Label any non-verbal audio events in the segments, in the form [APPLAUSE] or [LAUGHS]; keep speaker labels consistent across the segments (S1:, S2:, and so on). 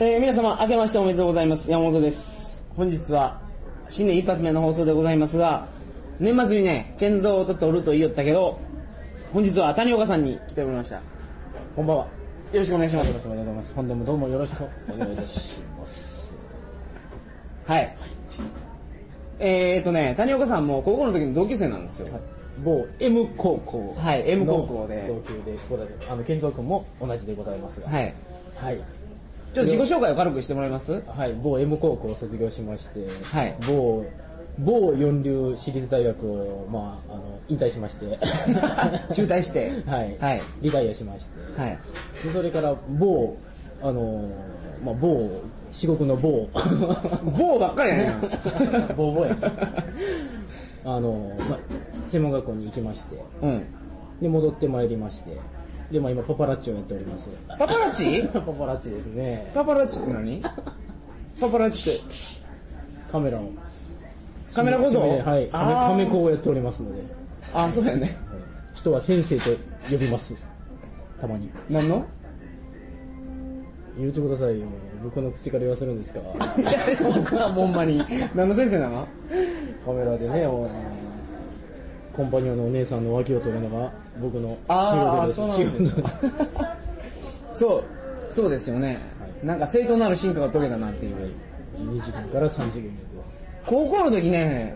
S1: えー皆様明けましておめでとうございます山本です本日は新年一発目の放送でございますが年末にね健三を取ると言いよったけど本日は谷岡さんに来ておりましたよ
S2: こんばんは。よ
S1: ろしくお願いしま
S2: ろし
S1: す
S2: くお願いします。本年もどうもよろしくお願いいたします。
S1: はいえー、とね谷岡さんも高校の時の同級生なんですよ、
S2: 某 M 高校。
S1: はい M 高校で
S2: 同級でございます。あの、健三君も同じでございますが。。
S1: はいい
S2: はい。
S1: ちょっと自己紹介を軽くしてもらえます
S2: はい、某 M 高校を卒業しまして、
S1: はい
S2: 某、某四流私立大学を、まあ、あの、引退しま [LAUGHS] して。
S1: 中退して
S2: はい。
S1: はい
S2: リタイアしまして。 [LAUGHS]
S1: はい
S2: でそれから某、あの、まあ、某、四国の某。
S1: 某ばっかりやねん
S2: [LAUGHS] ボーボーやあの、まあ、専門学校に行きまして
S1: うん
S2: で戻ってまいりましてで、まあ、今パパラッチをやっております
S1: パパラッ
S2: [LAUGHS]
S1: チ
S2: パパラッチですね
S1: パパラッチって何パパラッチって
S2: カメラを
S1: カメラ小僧
S2: 締めはいカメ
S1: あー
S2: カメ子をやっておりますので
S1: あそうやね
S2: 人は先生と呼びますたまに
S1: 何の
S2: 言うてくださいよ僕の口から言わせるんですか
S1: いや僕はほんまに何の先生なの
S2: カメラでねおコンパニオンのお姉さんの脇を取るのが僕の
S1: あー
S2: 仕事です
S1: そうなんです
S2: 仕
S1: ね
S2: 事です
S1: そうそうですよね、
S2: はい
S1: なんか正当なる進化を遂げたなっていう、
S2: はい2時間から3時間にやってます
S1: 高校の時ね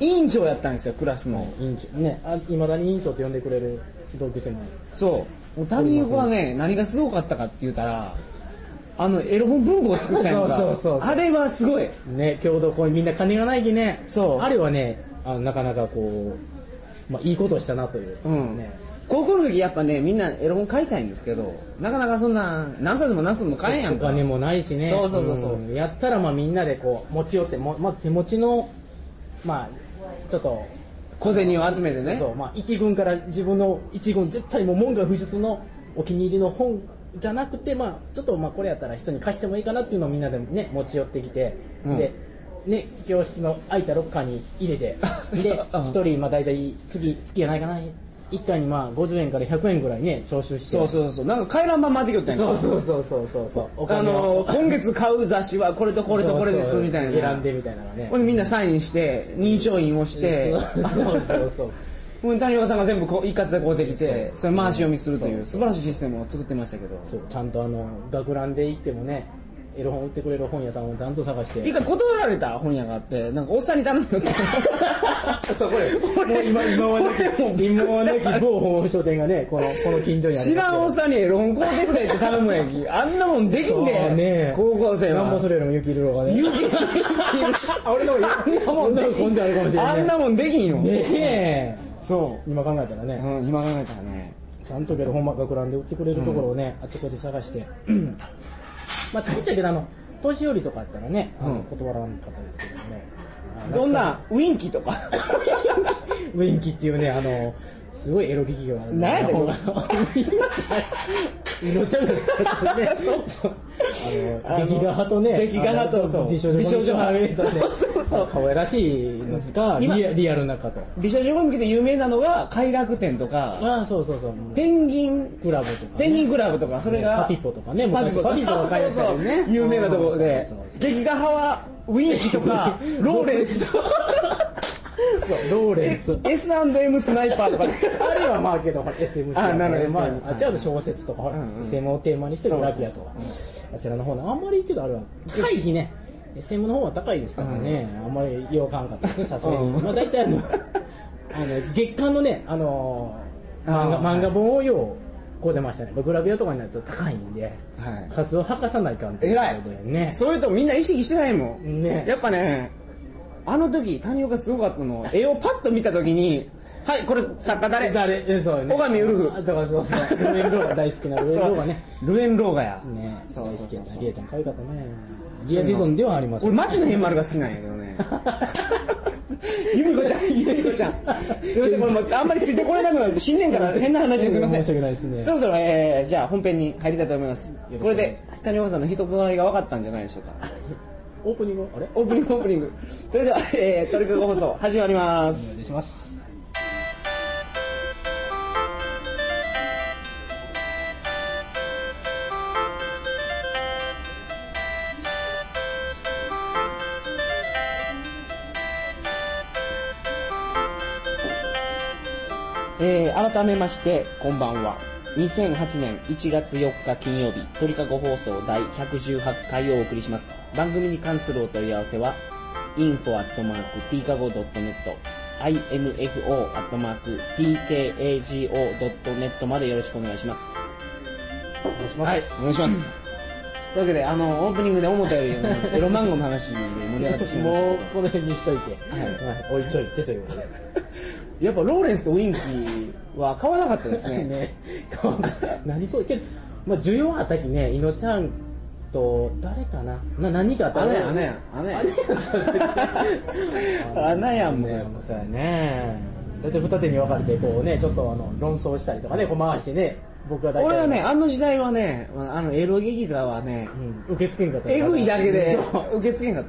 S1: 委員長やったんですよクラスの、
S2: 委員長ねいまだに委員長って呼んでくれる同級生も
S1: そう谷岡はね何がすごかったかって言ったらあのエロ本文庫を作ったやんか
S2: そうそうそうそう
S1: あれはすごい
S2: ね共同公園みんな金がないきね
S1: そう
S2: あれはねあのなかなかこう、まあ、いいことをしたなという、
S1: うん
S2: ね、
S1: 高校の時やっぱねみんなエロ本買いたいんですけどなかなかそんな何冊も何冊も買えんやん
S2: お
S1: か
S2: 金もないしね
S1: そうそうそうそうん
S2: やったらまあみんなでこう持ち寄ってもまず手持ちのまあちょっと
S1: 小銭を集めてね
S2: そうまあ、一軍から自分の一軍絶対もう門外不出のお気に入りの本じゃなくて、まあ、ちょっとまあこれやったら人に貸してもいいかなっていうのをみんなで、ね、持ち寄ってきて、
S1: うん
S2: でね、教室の空いたロッカーに入
S1: [LAUGHS]
S2: れてで
S1: うん
S2: 1人まあ大体次月やないかな1回にまあ50円から100円ぐらいね徴収して
S1: そうそうそうなんか回覧板回ってきよったんやん
S2: そ
S1: か
S2: うそうそうそうそうそうお
S1: あ
S2: 金
S1: の
S2: を
S1: 今月買う雑誌はこれとこれとこれです
S2: そうそう
S1: みたいな
S2: 選んでみたいなのがね
S1: ほんでみんなサインして認証印をして
S2: そうそうそう
S1: [LAUGHS] ほんで谷岡さんが全部こう一括でこうできてそれ回し読みするという素晴らしいシステムを作ってましたけど
S2: そうちゃんとあの学ランで行ってもねエロ本売ってくれる本屋さんをちゃんと探して
S1: 一回断られた本屋があってなんかおっさんに頼むよって
S2: [LAUGHS] そこでもう今今はな
S1: 俺も
S2: き今はなき某本書店がねこのこの近所にあり
S1: 知らんおっ
S2: ん
S1: さんにエロ本買うてくれって頼むやんきあんなもんできんで、
S2: ね
S1: 高校生は
S2: なんぼそれよりも雪色がね
S1: 勇気がいる
S2: あ俺の方が
S1: あんなもんで
S2: 根性あるかもし
S1: きん
S2: れな
S1: あ
S2: い
S1: んなもんできんよ、
S2: ねえ
S1: そ
S2: 今考えたら
S1: う、
S2: ね
S1: うん、今考えたらね
S2: ちゃんとけどほんま学ランで売ってくれるところをねあちこち探して [CLEARS THROAT] まあちっちゃいけどあの年寄りとかあったらねあ
S1: うん
S2: の断らんかったですけどねあ
S1: そんなウィンキとか
S2: ウィンキっていうね、あの、すごいエロ劇業なん
S1: 何やねん
S2: ウ [LAUGHS] ィンキ。イノちゃんが好きだったね。そうそう。あ
S1: あの
S2: の、劇画派とね、
S1: 劇画派と
S2: あの
S1: そう
S2: 美少女
S1: 美
S2: 派
S1: 少女派
S2: そう
S1: そうそう
S2: 可愛らしいのか、
S1: 今
S2: リアリアルなかと。
S1: 美少女本気で有名なのが快楽天とか
S2: ああ、そうそうそう。
S1: ペンギン
S2: クラブとかね。
S1: ペンギンクラブとかそれが
S2: パピポとかね
S1: パピポ
S2: 昔パピポが開
S1: そう
S2: 発
S1: そうそ
S2: された
S1: う
S2: りね
S1: 有名なところで
S2: そうそうそう
S1: 劇画派はウィンキと
S2: [LAUGHS]
S1: かローレンスとか
S2: そうローレンス。
S1: S&M スナイパーとか
S2: あれはまあけど、ほら SM
S1: あなるほど
S2: ま
S1: SM
S2: あ、あっちらの小説とか、ほら
S1: うんうん
S2: SM をテーマにして
S1: そう
S2: グ
S1: そう
S2: ラ
S1: そう
S2: ビアとか、あちらの方の、あんまりいいけど、あれは、高いきね、SM の方は高いですからね、あんまりようかんかったですね、さすがに。
S1: うん
S2: まあ大体
S1: [LAUGHS]
S2: あの、あの月間のね、あのー漫
S1: あ
S2: 画、
S1: ー
S2: 漫画本をよう、こう出ましたね。グラビアとかになると高いんで、
S1: はい
S2: 数を吐かさないかんという
S1: 偉い
S2: ことでね。
S1: そういうとこみんな意識してないもん、
S2: ね
S1: やっぱねあの時谷岡すごかったの絵をパッと見た時にはいこれ作家誰
S2: 誰えそうよね。
S1: 小上ウルフ
S2: あだからそう
S1: [LAUGHS]
S2: そう。ルエンローが大好きなルエンローがね。
S1: ルエンローガや
S2: ね
S1: そうそうそうそう
S2: 大好きやなリアちゃん可愛かったねリアディゾンではありませ
S1: 俺
S2: ん
S1: マジのヘンマルが好きなんやけどね由美子ちゃん由美子ちゃんすいませんこれもうあんまりついてこれなくなる新年から変な話ですいません
S2: 申し訳ないですね
S1: そろそろ、えー、じゃあ本編に入りたいと思います
S2: ろしく
S1: こ
S2: お
S1: れ
S2: 願いし
S1: で谷岡さんの人となりが分かったんじゃないでしょうか
S2: オープニングあれ
S1: オープニングオープニングそれでは、えー、トリカゴ放送始まります
S2: お願いします
S1: 「えー改めましてこんばんは2008年1月4日金曜日鳥かご放送第118回をお送りします番組に関するお問い合わせは info.tkago.net info.tkago.net までよろしくお願いします
S2: お願いします、
S1: はいお願いします [LAUGHS] というわけであのオープニングで思ったよりあのエロ漫画の話で盛り上がってしまいま
S2: もう
S1: したけど
S2: この辺にしといて、はい置いといてということで
S1: やっぱローレンスとウィンキーは買わなかった [LAUGHS] ですね
S2: ねかわいい何これけど、まあ、需要あったきねいのちゃんと誰かなな何かあった
S1: あねやあねやあねやあねやんも
S2: ねそうやね大体二手に分かれてこうねちょっとあの論争したりとかねこう回してね僕は大体
S1: 俺はね、あの時代はね、あのエロ劇画はね
S2: う、ん、受け付けんかった
S1: えぐいだけで
S2: そう
S1: 受け付けんかっ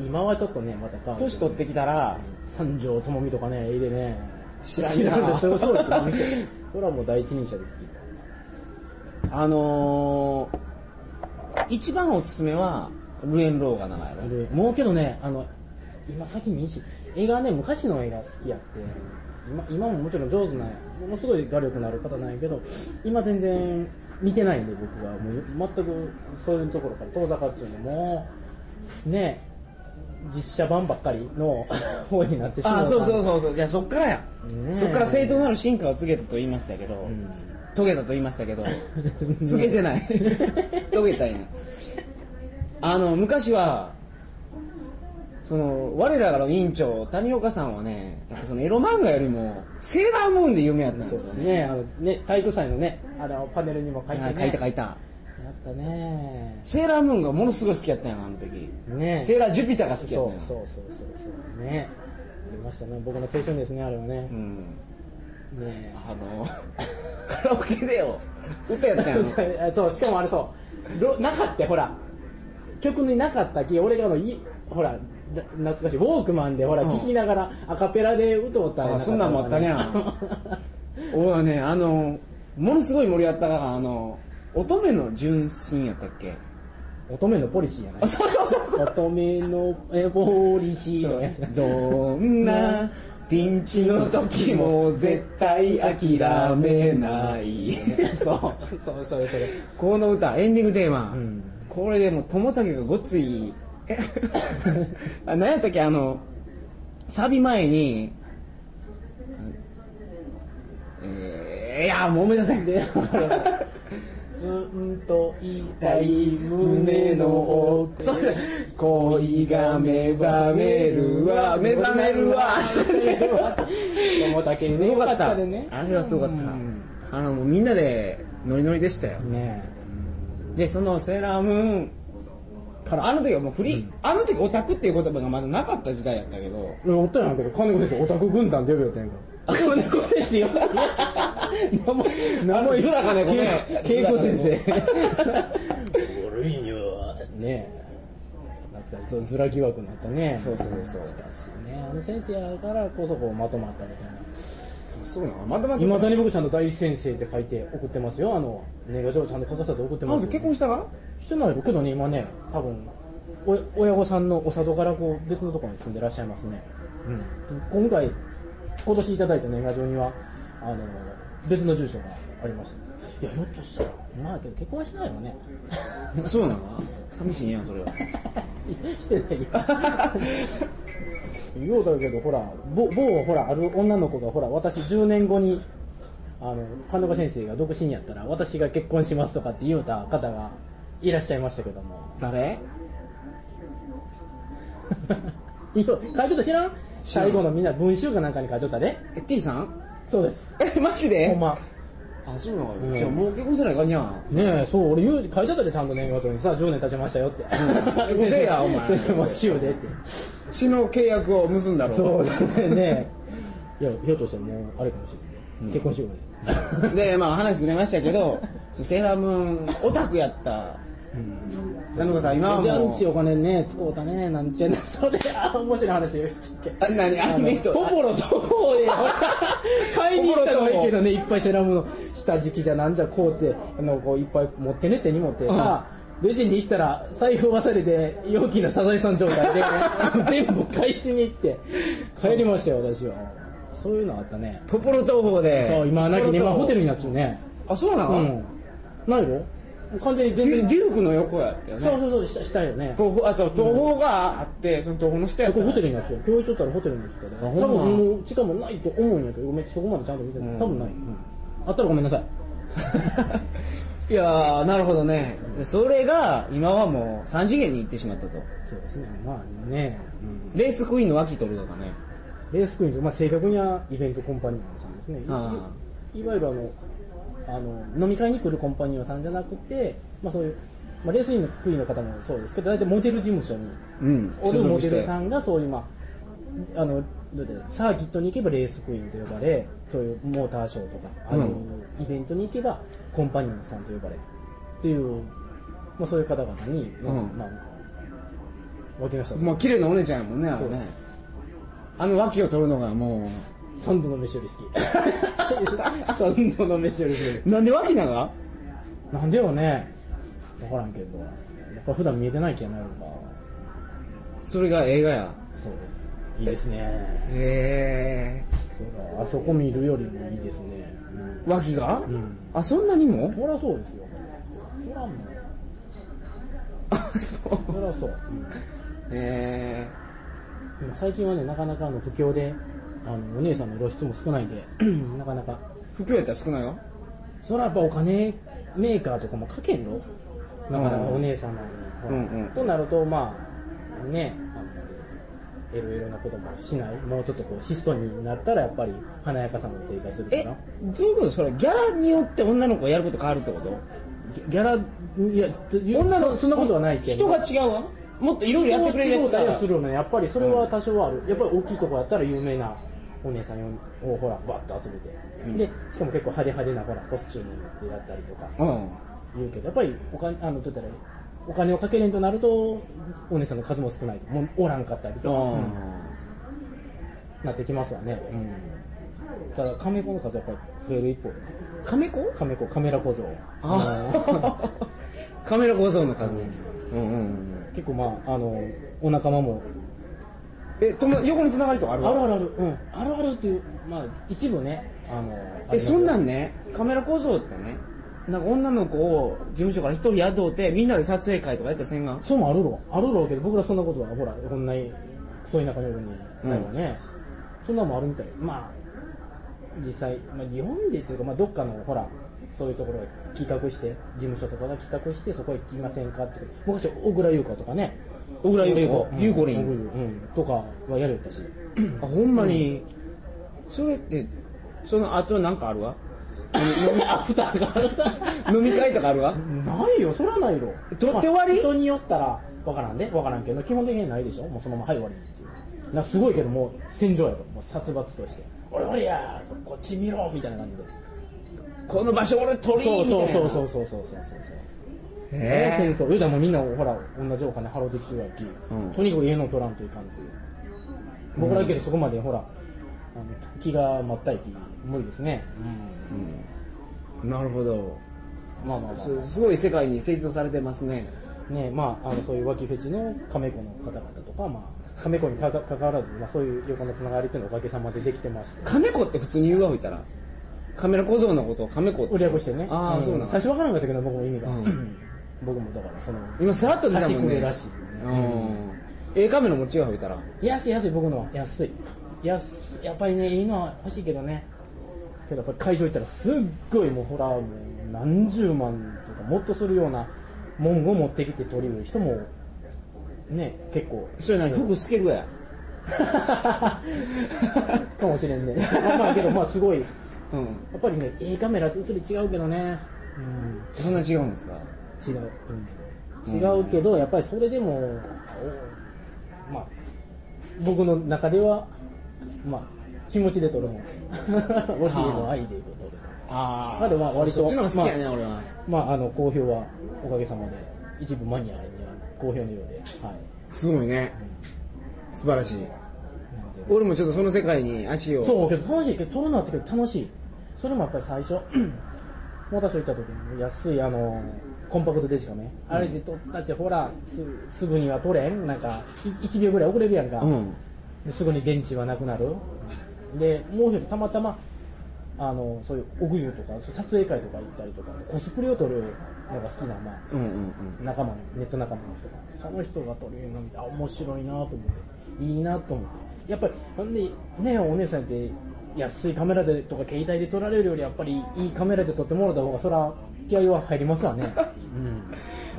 S2: 今はちょっとねまた変わ
S1: た。年取ってきたら、
S2: 三条ともみとかねいでね
S1: 知らんな
S2: ですそうそうです
S1: [LAUGHS]
S2: 見てこれはもう第一人者ですけど
S1: あのー、一番おすすめは、ルエンローが長いやろ。
S2: でもうけどねあの今先にいいし映画ね昔の映画好きやって今今ももちろん上手なものすごい画力のある方なんやけど今全然見てないんで僕はもう全くそういうところから遠ざかっちゃうんでもうね実写版ばっかりの方になってしまう
S1: あ、そうそう
S2: う
S1: そうそう。いや、そっからや
S2: ね。え
S1: そっから正当なる進化を告げたと言いましたけど
S2: ん、
S1: 遂げたと言いました
S2: [LAUGHS]
S1: けど、告げてない。 [LAUGHS] 遂げたいな。あの、昔は、その、我らがの委員長、谷岡さんはね、やっぱそのエロ漫画よりも、セーラームーンで有名やったん
S2: そ
S1: で
S2: う
S1: す
S2: で
S1: よ
S2: す
S1: ね。
S2: ねあのね体育祭のねあのパネルにも書いて、ね
S1: あ、書いた書いた。
S2: やったね
S1: セーラームーンがものすごい好きやったんやな、あの時。
S2: ね
S1: セーラージュピターが好きやっ
S2: そ
S1: たん
S2: う
S1: や。
S2: そうそうそうそうねありましたね僕の青春ですねあれはね、
S1: うん。
S2: ね
S1: あの、 [LAUGHS] カラオケでよ、歌や
S2: [LAUGHS]
S1: ったんやろ。
S2: えそうしかもあれそうろなかったよほら曲になかったき俺があのいほらな懐かしいウォークマンでほら、
S1: うん
S2: 聞きながらアカペラで歌うたや
S1: あそんなんもあったね俺はね、あの、ものすごい盛り上がったから、あの、乙女の純真やったっけ
S2: [LAUGHS] 乙女のポリシーやな
S1: あ、そうそうそうそう。
S2: 乙女のえポリシーのやつ
S1: どんなピンチの時も絶対諦めない。
S2: [LAUGHS] そうそうそれそれ
S1: この歌、エンディングテーマ。
S2: うん
S1: これでもう、友竹がごっつ [LAUGHS] い、えあ何やったっけ、あの、サビ前に、えー、いや、もう思い出 [LAUGHS] せん。
S2: でずんと痛い
S1: 胸
S2: 胸
S1: の
S2: の
S1: 奥
S2: 奥
S1: 恋が目覚めるわ
S2: [LAUGHS]
S1: 目覚めるわ [LAUGHS]
S2: 友達ねよかったでね
S1: あれはすごか
S2: うん
S1: ったあのもうみんなでノリノリでしたよ
S2: ね
S1: でそのセーラームーンからあの時はもうフリー、あの時オタクっていう言葉がまだなかった時代やったけど
S2: えおったやんけど金子選手オタク軍団デビューやったやんか
S1: あ金子先生よ
S2: 名前
S1: 名前ずらかねこれ
S2: 恵子先生悪いにはねえ懐かしいずら疑惑になったね
S1: そうそうそう
S2: 懐かしいねあの先生やからこそこうまとまったみたいな
S1: そうなのまたまた
S2: いまだに僕ちゃんと大先生って書いて送ってますよあの年賀状ちゃんと書かせて送って
S1: あ
S2: ま
S1: の
S2: す
S1: 人
S2: よ
S1: 結婚したか
S2: してないけどね今ね多分お親御さんのお里からこう別のところに住んでらっしゃいますね、うん、今回今年いただいた年賀状にはあの別の住所がありましたいやひょっとしたらまあけど結婚はしないよね [LAUGHS]
S1: そうなの寂しいんやそれは
S2: してない [LAUGHS] よようだけどほら某某ほらある女の子がほら私10年後にあの神岡先生が独身やったら私が結婚しますとかって言うた方がいらっしゃいましたけども
S1: 誰
S2: いいよ、かちょっと知らん
S1: 知らん
S2: 最後のみんな文集かなんかにかちょったで。
S1: え T さん
S2: そうです。
S1: [LAUGHS] えマジ
S2: ほ
S1: で
S2: んま。
S1: あそうなの、
S2: うん
S1: じゃあもう結婚せないかんにゃ
S2: ねえ、そう、俺言う、書いちゃったで、ちゃんと年賀状にさ、10年経ちましたよ [LAUGHS] って。
S1: うんうせえやお前
S2: 先生もしようでって。
S1: 死の契約を結んだろ
S2: そうだね。ねえ。いや、ひょっとしたらもう、あれかもしれない。結婚しよう [LAUGHS] で。
S1: でまあ話ずれましたけどそうセーラームーンオタクやった谷岡さん今は
S2: じゃ
S1: も
S2: んち
S1: う
S2: お金ね、使うたね、なんちゃね、それ、あ、面白い話をしちゃっけ。
S1: あ何アニメと
S2: ポポロと方で [LAUGHS] 買いに行ったのはいいけどねいっぱいセラムの下敷きじゃなんじゃこうってあのこういっぱい持ってね手に持ってさ、レジに行ったら財布忘れて陽 [LAUGHS] 気なサザエさん状態で全部返しに行って帰りましたよ私はそういうのあったね
S1: ポポロ東宝で
S2: そう今はなき
S1: ポポロ
S2: ね
S1: 東
S2: 今
S1: 宝
S2: ホテルになっちゃうね
S1: あそうな
S2: う
S1: の、
S2: んないよ完全に
S1: デ
S2: 全
S1: ュ
S2: 然
S1: デュークの横やったよね
S2: そうそうそうしたしたよね
S1: 東宝あそう東宝があってその東宝の下や
S2: こ
S1: ったよね
S2: こホテルになっちゃう今日ちょっとあるホテルになっちゃったで
S1: あ
S2: 多
S1: ほんま
S2: 分もう時間もないと思うんやけどごめんそこまでちゃんと見てない、
S1: うん
S2: 多分ない、うんあったらごめんなさい
S1: [LAUGHS] いやーなるほどねそれが今はもう3次元に行ってしまったと
S2: そうですねまあね、うん
S1: レースクイーンの脇取るとかね
S2: レースクイーンと、まあ、正確にはイベントコンパニオンさんですねい
S1: あ
S2: いわゆるあのあの飲み会に来るコンパニオンさんじゃなくて、まあ、そういう、まあ、レースクイーンのクイーンの方もそうですけど大体モデル事務所に
S1: うん
S2: おるモデル
S1: ん
S2: さんがそういう、まあ、あのどうだろうサーキットに行けばレースクイーンと呼ばれそういうモーターショーとかあの、
S1: うん
S2: イベントに行けばコンパニオンさんと呼ばれるっていう、まあ、そういう方々に、まあ
S1: うん
S2: まあ、分けました
S1: もう綺麗なお姉ちゃんやもんねあれねあの脇を取るのがも
S2: 三度の飯より好き三度の飯より [LAUGHS] 好
S1: うなんで脇なが
S2: きなんでよね分からんけどやっぱ普段見えてない気になるのか
S1: それが映画や
S2: そういいですね
S1: へ
S2: そうあそこ見るよりもいいですね、うん
S1: え脇が、
S2: ん
S1: あそんなにも
S2: そりゃそうですよそりゃもう
S1: あそう
S2: そりゃそう、
S1: へえ
S2: うん最近はねなかなかあの不況であのお姉さんの露出も少ないんで [CLEARS THROAT] なかなか
S1: 不況やったら少ないよ
S2: そりゃやっぱお金メーカーとかもかけんろなかなかお姉さんなのに、ほら
S1: うんうん
S2: となるとまあねあのエロエロなこともしないもうちょっとこう質素になったらやっぱり華やかさも低下するか
S1: え
S2: な
S1: どういうことそれギャラによって女の子がやること変わるってこと
S2: ギャギャラいや
S1: 女
S2: 女
S1: の
S2: のそんなことはないけ
S1: 人
S2: ど
S1: が違うわもっといろいろやってくれるやつ
S2: だ
S1: だ
S2: するのねやっぱりそれは多少はあるやっぱり大きいとこやったら有名なお姉さんをほらバッと集めて、
S1: うん
S2: でしかも結構派手派手なほらコスチュームでやったりとか
S1: うん
S2: 言うけどやっぱりお金あのどうやったらいいお金をかけれんとなるとお姉さんの数も少ないともうおらんかったりとか、うんなってきますわね、ただカメ子の数やっぱり増える一方カメ子カメ子カメラ小僧
S1: あ [LAUGHS] カメラ構造の数うんうんうん
S2: 結構まああのお仲間も
S1: えとも横のつながりとかある
S2: あるあるある、うん、あるあるっていう、まあ、一部ね、あの、あります
S1: え
S2: よ
S1: そんなんねカメラ構造ってねなんか女の子を事務所から一人雇うてみんなで撮影会とかやったらせんが
S2: そうもあるろ、あるろうけど、僕らそんなことは、ほら、こんなに、クソ田舎の夜に、ないわね、そんなんもあるみたい。まあ、実際、まあ、日本でっていうか、まあ、どっかの、ほら、そういうところが企画して、事務所とかが企画して、そこへ行きませんかって。昔、小倉優子とかね、
S1: 小倉優子優子りん
S2: うん小倉優子うんとかはやるよ
S1: [LAUGHS]
S2: ったし。
S1: あほんまに、それってその後なんかあるわ
S2: アフターがある
S1: 飲み会とかあるわ
S2: ないよ、そらないろ。
S1: 取って終わり
S2: まあ人によったら、わからんで、わからんけど、基本的にはないでしょ。もうそのまま、はい、終わりっていう。なんかすごいけど、もう戦場やと。もう殺伐として。俺、俺やーこっち見ろみたいな感じで。
S1: この場所俺取り
S2: そうそうそう
S1: う
S2: そうそうそうそうそうそう。
S1: へえ
S2: 戦争。言うたらもうみんな、ほら、同じお金払うてきてるやき、
S1: うん
S2: とにかく家の取らんといかんという。僕らだけどそこまで、ほら、あの気がまったいき、無理ですね。
S1: なるほど
S2: まあまあまあ。
S1: すすごい世界に成長されてますね
S2: ねまあ、あのそういう脇フェチの亀子の方々とか、まあ、亀子にかか関わらず、まあ、そういう横のつながりっていうのはおかげさまでできてます
S1: 亀子って普通に言うわみたらカメラ小僧のことを亀子って
S2: 売り越してね
S1: ああ、
S2: ん
S1: そうなんだ
S2: 最初分からなかったけど僕も意味が、
S1: うん
S2: [LAUGHS] 僕もだからその
S1: 今さらっと出た
S2: 端
S1: もん
S2: くれ
S1: ね
S2: らしい、
S1: うんええカメラ持ちよう言うたら
S2: 安い安い僕のは安い安いやっぱりねいいのは欲しいけどねけどやっぱり会場行ったらすっごいもうほらもう何十万とかもっとするようなもんを持ってきて取り売る人もね結構
S1: それ何服透けるや
S2: [LAUGHS] かもしれんね。まあけど、まあすごい。や
S1: うん
S2: っぱりね、A カメラと映り違うけどね。うん、
S1: そんな違うんですか
S2: 違う。うん、違うけど、やっぱりそれでも、おまあ、僕の中では、まあ、気持ちで撮るもん。 [LAUGHS] おひげの愛でこう撮る。
S1: あ
S2: まあでもまあ割と
S1: そっちの方が好きやね、
S2: まあ
S1: 俺は
S2: まあ、あの、好評はおかげさまで、一部マニアには好評のようで、はい。
S1: すごいね素晴らしい
S2: なんで
S1: 俺もちょっとその世界に足を
S2: そうけど楽しいけど撮るのはけど楽しいそれもやっぱり最初 [CLEARS THROAT] モーターショー行った時に安いあのコンパクトデジカメ、あれで撮ったちほらすすぐには撮れんなんかい1秒ぐらい遅れるやんか、
S1: うん
S2: ですぐに電池はなくなるでもう一人たまたまあのそういう屋上とかそう撮影会とか行ったりとかコスプレを撮るのが好きな、まあ、
S1: うんうんうん
S2: 仲間のネット仲間の人がその人が撮るの見てあ面白いなと思っていいなと思ってやっぱりほんでねお姉さんって安いカメラでとか携帯で撮られるよりやっぱりいいカメラで撮ってもらった方がそら気合は入りますわ [LAUGHS] ね、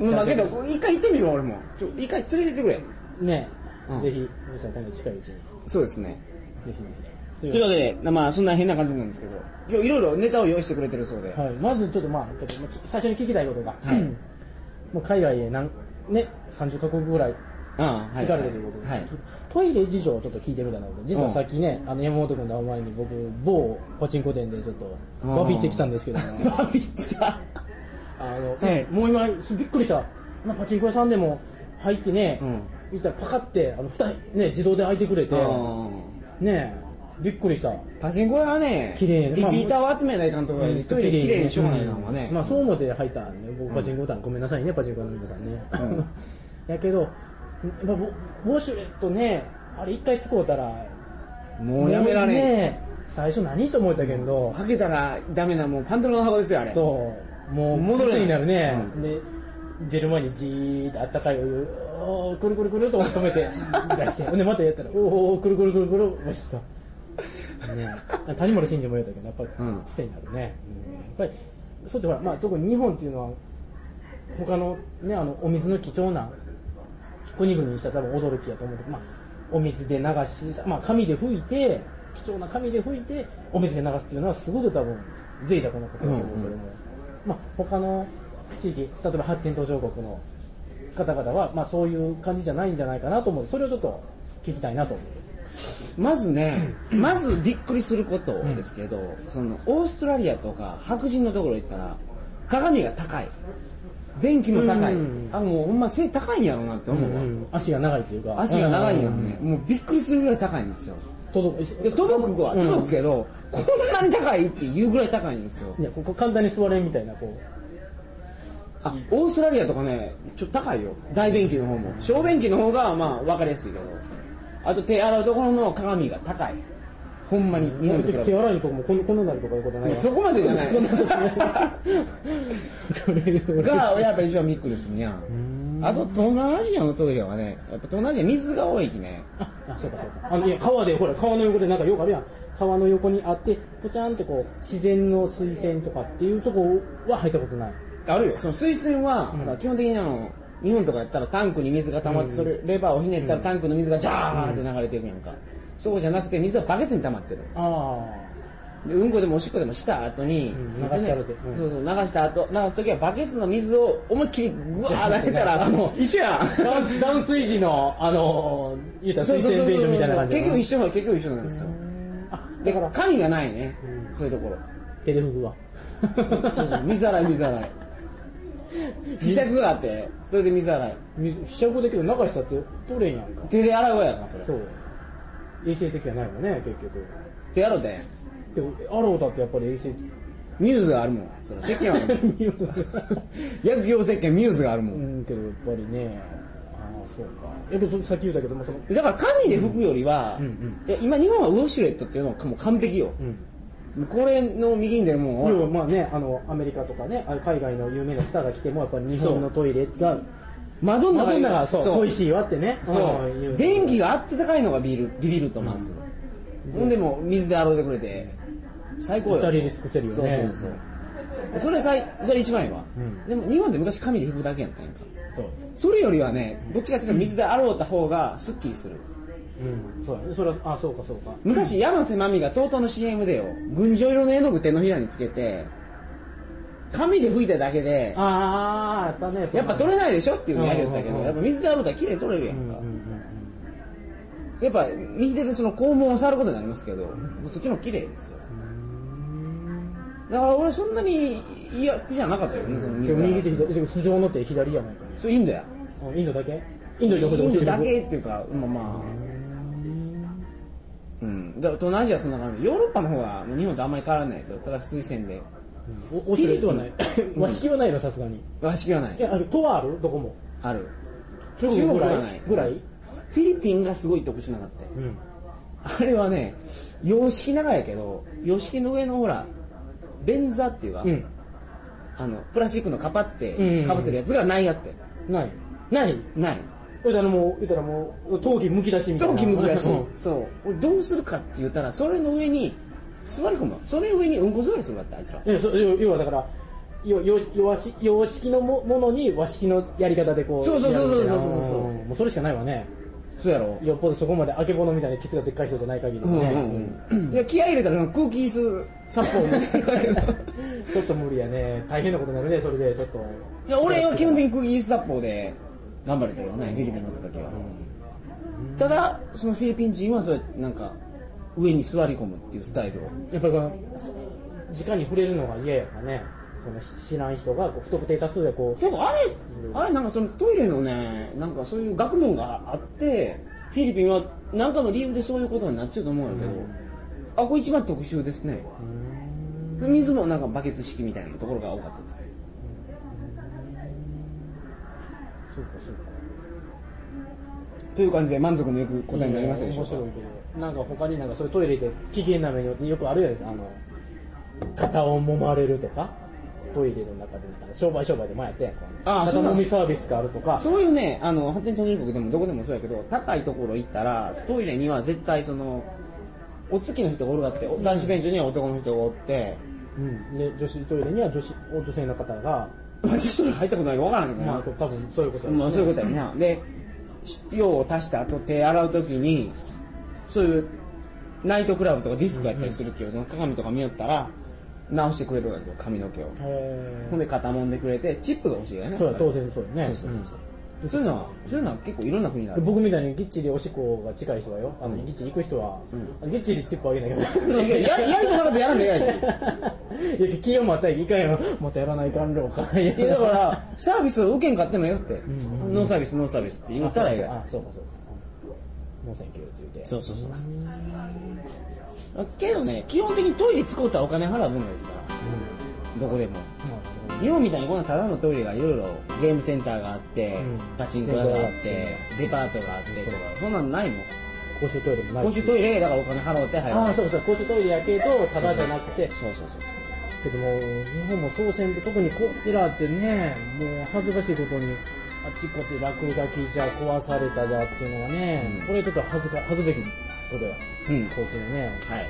S1: うんまあけど一回行ってみるわ俺もちょ一回連れてってくれ
S2: うん、ね、
S1: うん
S2: ぜひお姉さん今度近いうちにぜ
S1: そうですね
S2: ひぜ
S1: と
S2: ひ
S1: いうわけでまあそんな変な感じなんですけど今日いろいろネタを用意してくれてるそうで
S2: はい、まずちょっとまあ、けどまあき最初に聞きたいことが、もう海外へなん、ね、30カ国ぐらい
S1: ああは
S2: 行かれてるということで、
S1: はい
S2: トイレ事情をちょっと聞いてみたんだけど、実はさっきね、あの山本君の前に僕、某パチンコ店でちょっと、
S1: うん
S2: わびってきたんですけども、
S1: [LAUGHS] バビった
S2: あの、
S1: はい
S2: もう今、びっくりした、まあ、パチンコ屋さんでも入ってね、
S1: うん
S2: 見たらパカって、あの蓋、ね、自動で開いてくれて、ね、びっくりした。
S1: パチンコ屋はね
S2: 綺麗
S1: リピーターを集めない監督がトイレ綺麗にしようがないのはね
S2: まあそう思って入ったんで僕パチンコ団、ごめんなさいねパチンコの皆さんね、
S1: うん
S2: [LAUGHS] やけどやっぱボウォシュレットねあれ一回使うたら
S1: もうやめられん、
S2: もうね最初何と思ったけど、
S1: 開けたらダメなもうパンドラの箱ですよあれ
S2: そうもう
S1: 戻
S2: 戻
S1: れ
S2: る
S1: ない
S2: になるね、
S1: うん
S2: で出る前にじーっとあったかいお湯おーくるくるくるっと止めて出
S1: [LAUGHS]
S2: してほんでまたやったらおーおーくるくるくるくる押してさね、谷村新司も言うたけどやっぱり
S1: うん
S2: 癖になるね、うんやっぱりそうってほら、まあ、特に日本っていうのは他のねあのお水の貴重な国々にしたら多分驚きやと思うけど、まあ、お水で流し、まあ、紙で拭いて貴重な紙で拭いてお水で流すっていうのはすごく多分贅沢なことだと思うけども、
S1: うんうん
S2: まあ、他の地域例えば発展途上国の方々は、まあ、そういう感じじゃないんじゃないかなと思うそれをちょっと聞きたいなと思う。
S1: まずね、 [CLEARS THROAT] まずびっくりすることですけど、そのオーストラリアとか白人のところ行ったら鏡が高い便器も高い、
S2: うん
S1: あもうほんま背高いんやろうなって思うわ、
S2: 足が長いというか
S1: 足が長いんやろね、もうびっくりするぐらい高いんですよ
S2: 届く
S1: で届くは届くけど、こんなに高いっていうぐらい高いんですよ
S2: いやここ簡単に座れんみたいなこ
S1: あオーストラリアとかねちょっと高いよ大便器の方も小便器の方がまあ分かりやすいけどあと手洗うところの鏡が高いほんまに
S2: う
S1: 日本と比べ
S2: 手
S1: て
S2: 洗いとかもこんこんなになるとかいうことな
S1: もう
S2: いわ [LAUGHS]
S1: そこまでじゃない
S2: が
S1: [LAUGHS] がやっぱり一番びっくりするにゃ
S2: ん
S1: あと東南アジアのトイレはねやっぱ東南アジア水が多いきね
S2: ああそうかそうかあのいや川でほら川の横でなんかよくあるやん川の横にあってポチャンってこう自然の水泉とかっていうとこは入ったことない
S1: あるよその水栓は、
S2: うん
S1: まあ基本的にあの日本とかやったらタンクに水が溜まって、それレバーをひねったらタンクの水がジャーって流れていくやんか、そうじゃなくて水はバケツに溜まってる
S2: ああ
S1: でうんこでもおしっこでもした後に、
S2: うん
S1: すいません
S2: 流してやるでうん
S1: そうそう流した後流す時はバケツの水を思いっきりグワー出たらもう一緒やん
S2: 断水時のあの言うたら
S1: そう
S2: 水
S1: そうそう
S2: 泉便所みたいな感じ
S1: 結局
S2: 緒
S1: 一緒なの結局一緒なんですよ
S2: あ
S1: だ
S2: だ
S1: か
S2: からら
S1: 神がないね、
S2: うん
S1: そういうところ
S2: 手で
S1: [LAUGHS]
S2: 拭くわ
S1: そうそう水洗い水洗いひしゃくがあってそれで水洗い
S2: 水試着できる流したって取れんやんか
S1: 手で洗うやんかそれ
S2: そう衛生的じゃないよね結局
S1: 手洗うて
S2: でもアローだってやっぱり衛生
S1: ミューズがあるもんそれ石鹸はあ [LAUGHS] るも
S2: [LAUGHS]
S1: ん薬用石鹸ミューズがあるも、
S2: うんんけどやっぱりねああそうかえけどそさっき言ったけどもその
S1: だから紙で拭くよりは、
S2: うん
S1: いや今日本はウォシュレットっていうのはもう完璧よ、
S2: うん
S1: これの右に出るもんは
S2: 要はまあねあのアメリカとかねあの海外の有名なスターが来てもやっぱり日本のトイレが
S1: 窓の中
S2: マドン
S1: に
S2: ナがそう恋
S1: い
S2: しいわってね
S1: そう便器があって高いのがビビるビビるとまず、ほんでもう水で洗うてくれて最高よ
S2: 至れり尽くせるよね
S1: そうそうそうそれ最それ一番いいわ、
S2: うん
S1: でも日本で昔紙で拭くだけやったんやんか
S2: そう
S1: それよりはねどっちかっていうと水で洗うた方がスッキリする
S2: うんそうだねそれはあそうかそうか
S1: 昔山瀬まみが TOTO の CM でよ群青色の絵の具手のひらにつけて紙で拭いただけで
S2: ああやったね
S1: やっぱ取れないでしょっていうのやりよったけ
S2: うんうん
S1: ど
S2: うん
S1: やっぱ水で洗うたら綺麗に取れるや
S2: うんん
S1: か、
S2: うんうん
S1: やっぱ右手でその肛門を触ることになりますけど、もうそっちの方が綺麗ですよ。だから俺そんなに嫌気じゃなかったよね、その
S2: うんで
S1: 水
S2: も
S1: 洗い
S2: 右手左手でも不条の手左やないか
S1: それインドや。
S2: うんインドだけインド
S1: イ
S2: よく
S1: ンドだけっていうか、まあまあ、うん。だから東南アジアはそんな感じ。ヨーロッパの方は日本とあんまり変わらないですよ。ただ水洗で。
S2: おおし入れとはない [LAUGHS] 和式はないのさすがに
S1: 和式はないい。
S2: やあるとはあるどこも
S1: ある。
S2: 中国ぐ
S1: 中国は
S2: ら
S1: ない
S2: いぐらい
S1: フィリピンがすごい特殊なかったよ。
S2: うん
S1: あれはね、洋式長やけど、洋式の上のほら、便座っていうか、
S2: うん
S1: あの、プラスチックのカパっ
S2: うん
S1: て、かぶせるやつがないやって。
S2: ないない
S1: ない。
S2: 言うたらもう言うたらもう陶器むき出しみたい
S1: 陶
S2: な
S1: 器むき
S2: [LAUGHS]
S1: 出し
S2: うん。
S1: そう。俺どうするかって言ったら、それの上に、座り込むわそれの上にうんこ座りするわって、あいつら。
S2: いやそ要要はだからよよ洋式洋式のもものに和式のやり方でこう
S1: そうそうそうそうそうそう
S2: やるみたいな
S1: そう
S2: もうそれしかないわね
S1: そうやろ
S2: よっぽどそこまであけぼのみたいなケツがでっかい人じゃない限りは
S1: うん
S2: ね、
S1: うんうん。いや、気合い入れたらその空気椅子殺法みたいなわけだ
S2: [LAUGHS] ちょっと無理やね大変なことになるねそれでちょっと
S1: いや、俺は基本的に空気椅子殺法で頑張れたよね、フィリピンの時は。ただ、そのフィリピン人はそうやってなんか、上に座り込むっていうスタイルを。
S2: やっぱりこの直に触れるのが嫌やからねこの知らん人がこう不特定多数でこう
S1: でもあれ、あれなんかそのトイレのね、なんかそういう学問があって、フィリピンは何かの理由でそういうことになっちゃうと思うんやけど、あ、これ一番特殊ですね。水もなんかバケツ式みたいなところが多かったです。
S2: そうかそうか
S1: という感じで満足のいく答えになりましたでしょうか。
S2: いいね面白いけどなんか他になんかそういうトイレで危険な目によくあるじゃないですかあの肩を揉まれるとかトイレの中でなんか商売商売で前やったやんか
S1: ああ
S2: 肩
S1: そんなん
S2: 揉みサービスがあるとか
S1: そういうね、あの、発展途上国でもどこでもそうやけど、高いところ行ったら、トイレには絶対その、お月の人がおるがって、お男子便所には男の人がおって、
S2: うん、で女子トイレには女子女性の方が、
S1: まあ、女子トイレ入ったことないから分からんけどな。
S2: まあ、多分そういうことや
S1: まあそういうことやな。で、し用を足した後手洗うときに、そういうナイトクラブとかディスコやったりするけど、その鏡とか見よったら、直してくれるわけよ、髪の毛を。
S2: へ
S1: ほんで肩揉んでくれて、チップが欲しいよね。
S2: ーそうや当然そうや
S1: そ
S2: ね
S1: うそうそうそう。そういうのは、そういうのは結構いろんな国にあ
S2: で
S1: る。
S2: 僕みたいにぎっちりおしっこが近い人はよあ
S1: う
S2: の、
S1: ん
S2: ぎっちり行く人は、ぎっちりチップあげなきゃ
S1: いやややりたかったらやらんでやい
S2: いや気をまたいかんよまたやらないかんろうかい
S1: いやだから、サービスを受けんかってもよって、ノーサービス、ノーサービスって言ったらええやん
S2: あそうかそうかもう選挙って言うて
S1: そうそうそうそう。けどね、基本的にトイレ使うたらお金払う分ですから、どこでも。日本みたいにこんなただのトイレがいろいろゲームセンターがあって、
S2: うん
S1: パチンコ屋があって、デパートがあってとか、そんなんないもん。
S2: 公衆トイレもない
S1: 公衆トイレだからお金払うて入る。
S2: ああそうそう公衆トイレやけどただじゃなくて
S1: そうそうそうそう。
S2: けども日本も総選で特にこちらってねもう恥ずかしいことにあちこち落書きじゃ壊されたじゃっていうのがね、
S1: うん
S2: これちょっと恥ずか恥ずべきことや
S1: うん。
S2: こっちのね
S1: はい。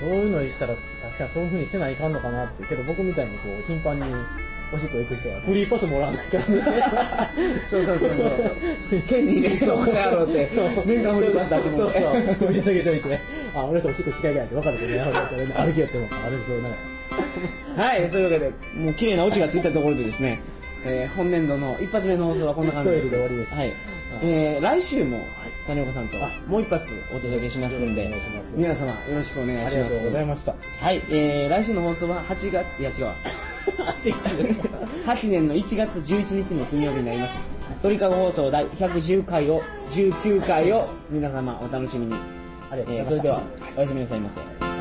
S2: そういうのにしたら確かにそういうふうにせないかんのかなってけど僕みたいにこう頻繁におしっこ行く人はフリーパスもらわないから [LAUGHS] ね
S1: そうそうそうそう。
S2: [LAUGHS]
S1: 権利でお金払うて、年間振りました
S2: そうそうそう。振り下げちゃいくね。あ、俺とおしっこ近いからって分かるけどね。俺ね歩きやっても、あれそうなの。
S1: はい、そういうわけで、もう綺麗なオチがついたところでですね、えー本年度の一発目の放送はこんな感じです。
S2: トイレで終わりです
S1: はい。えー来週も、谷岡さんと
S2: あ、
S1: もう一発お届けしますんで
S2: よろしくお願いします、
S1: 皆様よろしくお願いしま
S2: あり
S1: す。
S2: がとうございました。
S1: はい、えー来週の放送は8月、いや違うわ。8年の1月11日の金曜日になります。鳥かご放送第110回を、19回を皆様お楽しみに。
S2: ありがとうござ
S1: えー
S2: いました
S1: それでは、おやすみなさいませ。